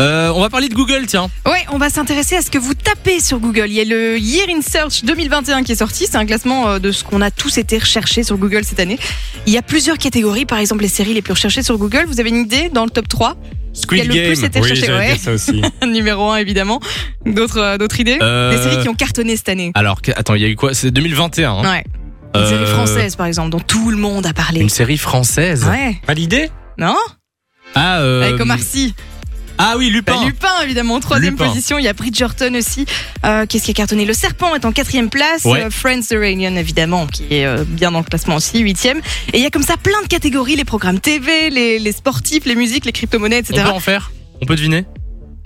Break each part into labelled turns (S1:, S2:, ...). S1: Euh, on va parler de Google, tiens.
S2: Ouais, on va s'intéresser à ce que vous tapez sur Google. Il y a le Year in Search 2021 qui est sorti. C'est un classement euh, de ce qu'on a tous été recherché sur Google cette année. Il y a plusieurs catégories, par exemple les séries les plus recherchées sur Google. Vous avez une idée dans le top 3
S3: Squid
S2: Quel le
S3: Game.
S2: plus était
S3: oui,
S2: recherché,
S3: j'allais
S2: ouais.
S3: dire ça aussi.
S2: Numéro 1 évidemment. D'autres euh, d'autres idées
S1: Euh,
S2: Des séries qui ont cartonné cette année.
S1: Alors, que- attends, il y a eu quoi C'est 2021. hein.
S2: Ouais. Une
S1: Euh,
S2: série française par exemple dont tout le monde a parlé.
S1: Une série française.
S2: Ouais.
S3: Validé
S2: Non
S1: Ah, euh,
S2: Avec Omar Sy.
S1: Ah oui,
S2: Bah,
S1: Lupin.
S2: Lupin évidemment en troisième
S1: Lupin.
S2: position. Il y a Bridgerton aussi. Euh, Qu'est-ce qui a cartonné Le Serpent est en quatrième place.
S1: Ouais.
S2: Euh, Friends the Reunion évidemment qui est euh, bien dans le classement aussi huitième. Et il y a comme ça plein de catégories les programmes TV, les, les sportifs, les musiques, les crypto-monnaies,
S1: on
S2: etc.
S1: peut en faire On peut deviner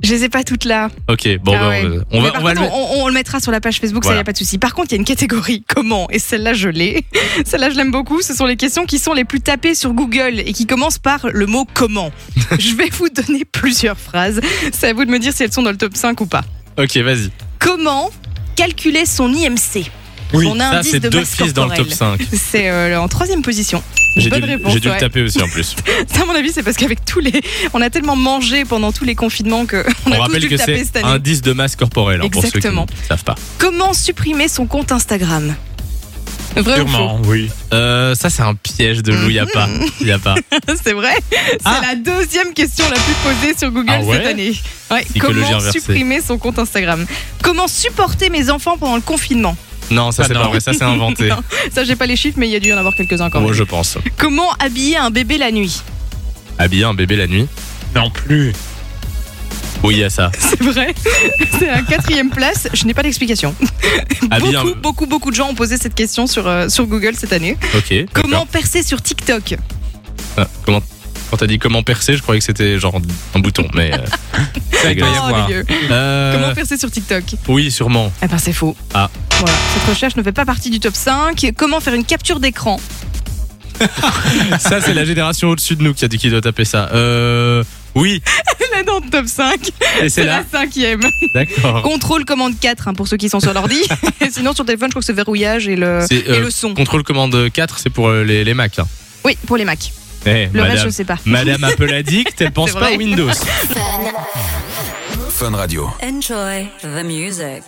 S2: Je les ai pas toutes là.
S1: Ok, bon,
S2: Ah
S1: bah,
S2: ouais.
S1: on,
S2: Mais
S1: va,
S2: par
S1: on va le
S2: contre,
S1: mettre.
S2: on- on le mettra sur la page Facebook, ça
S1: Voilà.
S2: y a pas de souci. Par contre, il y a une catégorie comment et celle-là je l'ai. celle-là je l'aime beaucoup. Ce sont les questions qui sont les plus tapées sur Google et qui commencent par le mot comment. je vais vous donner plusieurs phrases. C'est à vous de me dire si elles sont dans le top 5 ou pas.
S1: Ok, vas-y.
S2: Comment calculer son IMC
S3: Oui,
S2: Son
S1: Ça,
S2: indice
S1: c'est
S2: de
S1: deux
S2: masse
S1: fils dans le top
S2: corporelle.
S1: 5.
S2: C'est euh, en troisième position.
S1: J'ai dû,
S2: Bonne réponse.
S1: j'ai dû le
S2: ouais.
S1: taper aussi en plus.
S2: Ça, à mon avis, c'est parce qu'avec tous les, on a tellement mangé pendant tous les confinements que on,
S1: on
S2: a tous dû
S1: rappelle
S2: le
S1: que
S2: taper
S1: c'est
S2: cette année.
S1: indice de masse corporelle hein, pour ceux qui
S2: Exactement.
S1: ne savent pas.
S2: Comment supprimer son compte Instagram Vrai ou faux
S3: sûrement, oui.
S1: Euh, ça, c'est un piège de loup, y a pas. Y a pas.
S2: C'est vrai. C'est
S1: Ah.
S2: la deuxième question la plus posée sur Google
S3: Ah ouais
S2: cette année. Ouais,
S1: Psychologie
S2: Comment
S1: inversée.
S2: supprimer son compte Instagram Comment supporter mes enfants pendant le confinement
S1: Non, ça,
S3: Ah,
S1: c'est
S3: non.
S1: pas vrai. Ça, c'est inventé.
S2: Non, Ça, j'ai pas les chiffres, mais il y a dû y en avoir quelques-uns quand
S1: Moi,
S2: même.
S1: je pense.
S2: Comment habiller un bébé la nuit
S1: Habiller un bébé la nuit.
S3: Non plus.
S1: Oui, il y a ça.
S2: C'est vrai. C'est à quatrième place. Je n'ai pas d'explication.
S1: Habiller un-
S2: Beaucoup, beaucoup, beaucoup de gens ont posé cette question sur, euh, sur Google cette année.
S1: Ok. d'accord.
S2: Comment percer sur TikTok
S1: Ah, Comment Quand t'as dit comment percer, je croyais que c'était genre un bouton, mais. euh,
S3: Ça, il doit y
S2: Oh,
S3: avoir.
S2: dégueu.
S1: euh,
S2: Comment percer sur TikTok
S1: Oui, sûrement.
S2: Eh ben c'est faux.
S1: Ah.
S2: Voilà, cette recherche ne fait pas partie du top 5. Comment faire une capture d'écran
S1: Ça, c'est la génération au-dessus de nous qui a dit qu'il doit taper ça. Euh. Oui,
S2: Elle est dans le top 5.
S1: et c'est
S2: C'est
S1: là.
S2: la cinquième.
S1: D'accord.
S2: Contrôle commande 4 hein, pour ceux qui sont sur l'ordi. Et Sinon sur le téléphone, je crois que c'est verrouillage et le,
S1: C'est,
S2: et
S1: euh,
S2: le son.
S1: Contrôle commande 4, c'est pour euh, les, les Mac. hein.
S2: Oui, pour les Mac.
S1: Eh,
S2: Le reste,
S1: madame,
S2: je sais pas.
S1: madame un peu l'addict, elle pense
S2: C'est
S1: pas à
S2: vrai.
S1: Windows.
S4: Fun Radio.
S5: Enjoy the music.